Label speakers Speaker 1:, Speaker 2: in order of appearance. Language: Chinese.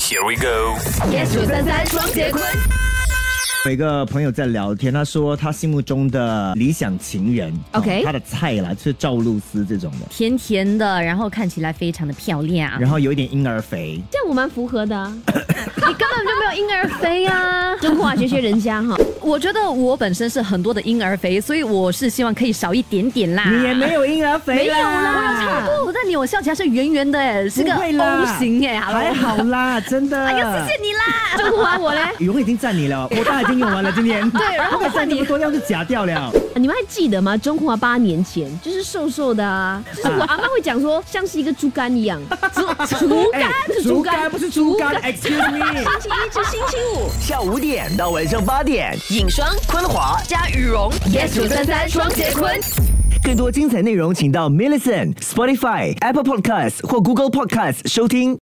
Speaker 1: Here we go。
Speaker 2: yes 九三三双节棍。
Speaker 3: 有一个朋友在聊天，他说他心目中的理想情人
Speaker 2: OK
Speaker 3: 哦他的菜啦是赵露思这种的，
Speaker 2: 甜甜的，然后看起来非常的漂亮，
Speaker 3: 然后有一点婴儿肥，
Speaker 4: 这样我蛮符合的、啊，
Speaker 2: 你根本就没有婴儿肥 啊！
Speaker 4: 中华学学人家哈。
Speaker 2: 我觉得我本身是很多的婴儿肥，所以我是希望可以少一点点啦。
Speaker 3: 你也没有婴儿肥
Speaker 2: 没有啦，我有
Speaker 3: 啦，
Speaker 2: 差不多，但你我笑起来是圆圆的，哎，是个
Speaker 3: 不会啦
Speaker 2: O 型哎，好
Speaker 3: 还好啦，真的。
Speaker 2: 哎呀，谢谢你 啦，中华我嘞。
Speaker 3: 羽绒已经占你了，我大已经用完了，今 天。对，
Speaker 2: 然后啊
Speaker 3: 我占这么多料就假掉了。
Speaker 4: 你们还记得吗？中华八年前就是瘦瘦的啊，就是我阿妈会讲说像是一个猪肝 一样，竹竹
Speaker 3: 哎
Speaker 4: 竿是
Speaker 3: 竹
Speaker 4: 竹
Speaker 3: 竿
Speaker 4: 竿
Speaker 3: 不是竹竿，Excuse me。
Speaker 4: 星期一至星期五，
Speaker 5: 下午五点到晚上八点，
Speaker 2: 影双
Speaker 5: 昆华。
Speaker 2: 加羽绒，yes 九三三双节棍。
Speaker 5: 更多精彩内容，请到 Millison、Spotify、Apple Podcasts 或 Google Podcasts 收听。